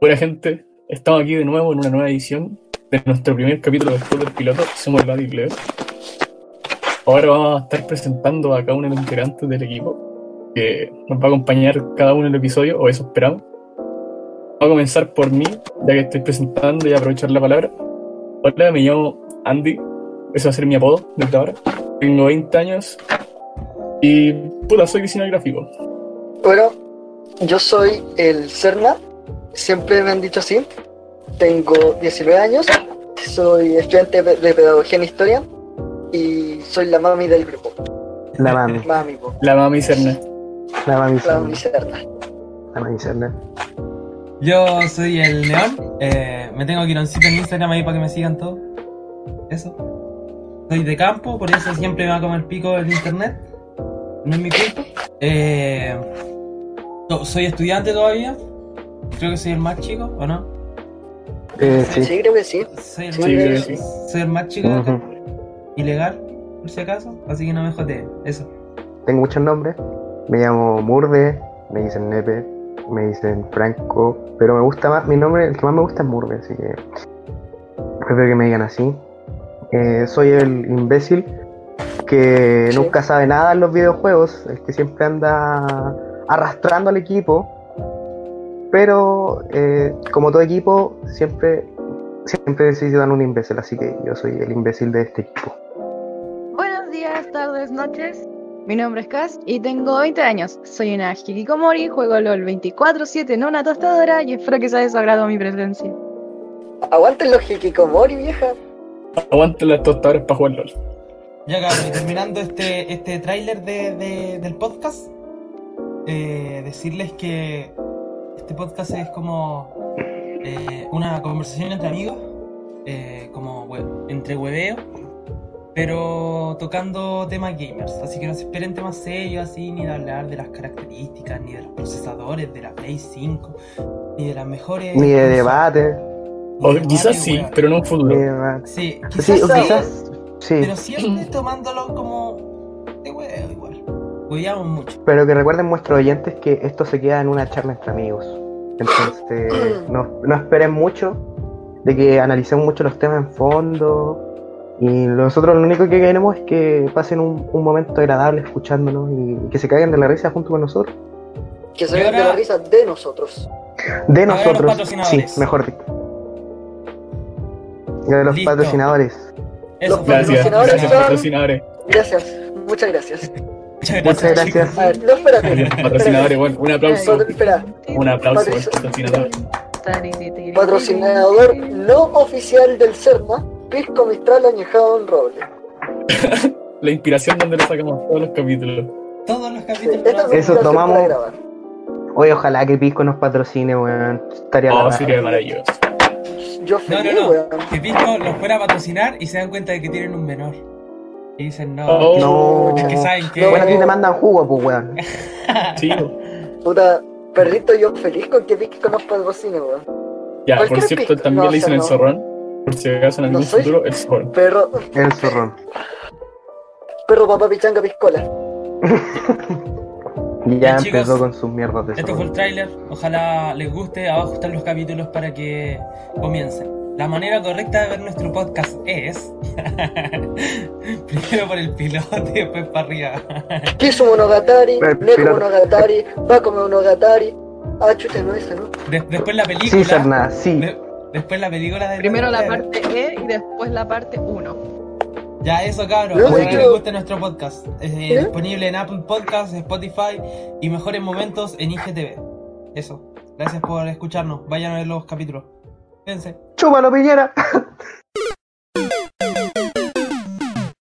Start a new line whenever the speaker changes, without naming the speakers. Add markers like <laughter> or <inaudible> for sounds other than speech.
Buena gente, estamos aquí de nuevo en una nueva edición de nuestro primer capítulo después del piloto, somos Vlad y Cleo. Ahora vamos a estar presentando a cada uno de los integrantes del equipo, que nos va a acompañar cada uno en el episodio, o eso esperamos. Vamos a comenzar por mí, ya que estoy presentando y aprovechar la palabra. Hola, me llamo Andy, ese va a ser mi apodo desde ahora. Tengo 20 años y puta, soy diseñador gráfico.
Bueno, yo soy el Cerna, siempre me han dicho así. Tengo 19 años, soy estudiante de de pedagogía en historia y soy la mami del grupo.
La mami,
Mami, po,
La mami Cerna.
la mami
la
Serna,
mami cerda.
la mami Serna.
Yo soy el León. eh, me tengo quironcito en Instagram ahí para que me sigan todo. Eso. Soy de campo, por eso siempre me va a comer pico el internet. No es mi culpa. Eh, to- soy estudiante todavía. Creo que soy el más chico, ¿o no?
Eh,
Sí.
sí,
creo que sí.
Soy el,
Sí,
más,
creo que
sí.
soy el más chico de acá.
Ujú.
Ilegal, por si acaso. Así que no me jotee. Eso.
tengo muchos nombres. Me llamo Murde, me dicen Nepe, me dicen Franco, pero me gusta más, mi nombre, el que más me gusta es Murde, así que prefiero que me digan así. Eh, soy el imbécil que
Sí.
nunca sabe nada en los videojuegos, el que siempre anda arrastrando al equipo, pero eh, como todo equipo siempre siempre necesitan un imbécil, así que yo soy el imbécil de este equipo.
Buenos días, tardes, noches. Mi nombre es Cass y tengo 20 años. Soy una hikikomori, juego LOL 24-7 en una tostadora y espero que sea de su agrado mi presencia.
Aguanten los hikikomori, vieja.
Aguanten las tostadoras para jugar LOL.
Ya cabrón, y terminando este, este tráiler de, de- del podcast, eh, decirles que este podcast es como eh, una conversación entre amigos, eh, como hue- entre hueveo, pero tocando temas gamers. Así que no se esperen temas serios así, ni de hablar de las características, ni de los procesadores, de la Play 5, ni de las mejores...
Ni de
consolas,
debate,
ni
O
de
quizás
debate,
sí,
weón.
pero no en un futuro.
ni de debate.
Sí,
Sí, o
sí.
quizás. Sí,
Pero siempre tomándolo como de huevo igual. Hueveamos mucho.
pero que recuerden nuestros oyentes que esto se queda en una charla entre amigos.
<clears throat>
Entonces, no, no esperen mucho de que analicemos mucho los temas en fondo. Y nosotros lo único que queremos es que pasen un, un momento agradable escuchándonos y que se caigan de la risa junto con nosotros.
Que se
Y
vean de
ahora-
la risa de nosotros.
De
los
nosotros. Sí,
patrocinadores.
mejor dicho. Y de los
Listo.
patrocinadores.
Eso
Los
fue
Gracias,
todo.
patrocinadores
gracias
son-
patrocinadores.
Gracias, muchas gracias.
Muchas
Muchas
gracias.
gracias.
A
<laughs>
ver, no, espérate.
Gracias,
espérate.
patrocinadores. Bueno, un aplauso.
Patro- espera.
Un aplauso por el patrocinador.
Patrocinador no oficial del CERMA, Pisco Mistral añejado en roble.
La inspiración donde lo sacamos todos los capítulos.
Todos los capítulos.
Esta es mi
Eso
inspiración
tomamos.
para grabar.
Hoy ojalá que Pisco nos patrocine, weón. Estaría la
Oh,
raja.
sería maravilloso.
Yo fui,
No, no, no.
weón.
Que Pisco los fuera a patrocinar y se dan cuenta de que tienen un menor. Y dicen no.
Oh.
No.
Es que saben que.
No,
Bueno, a ti
no.
te mandan jugo, pues, weón.
Sí,
Puta, perrito, yo feliz con que Pisco nos patrocine, weón.
ya, por
Cualquier
cierto,
pico-
también
no,
le dicen el
no.
zorrón. Por si acaso en algún
No soy-
futuro, el zorrón.
Perro,
El zorrón.
perro papá pichanga piscola.
Ya
Ya, chicos,
empezó con sus mierdas de
Esto fue el
zorrón.
tráiler. Ojalá les guste. Abajo están los capítulos para que comiencen. La manera correcta de ver nuestro podcast es. <laughs> Primero por el piloto y después para arriba.
Kisu Monogatari,
El
Neko
pirata.
Monogatari, Baco Monogatari. Ah, chucha, no esa, ¿no?
De- después la película.
Sí, Serna, sí.
De- después la película de
Primero la parte E y después la parte 1.
Ya, eso, cabros.
Yo
Ojalá
creo-
les guste nuestro podcast. Es eh,
¿Eh?
disponible en Apple Podcasts, Spotify y mejores momentos en IGTV. Eso. Gracias por escucharnos. Vayan a ver los capítulos. Cuídense.
Chúpalo, Piñera.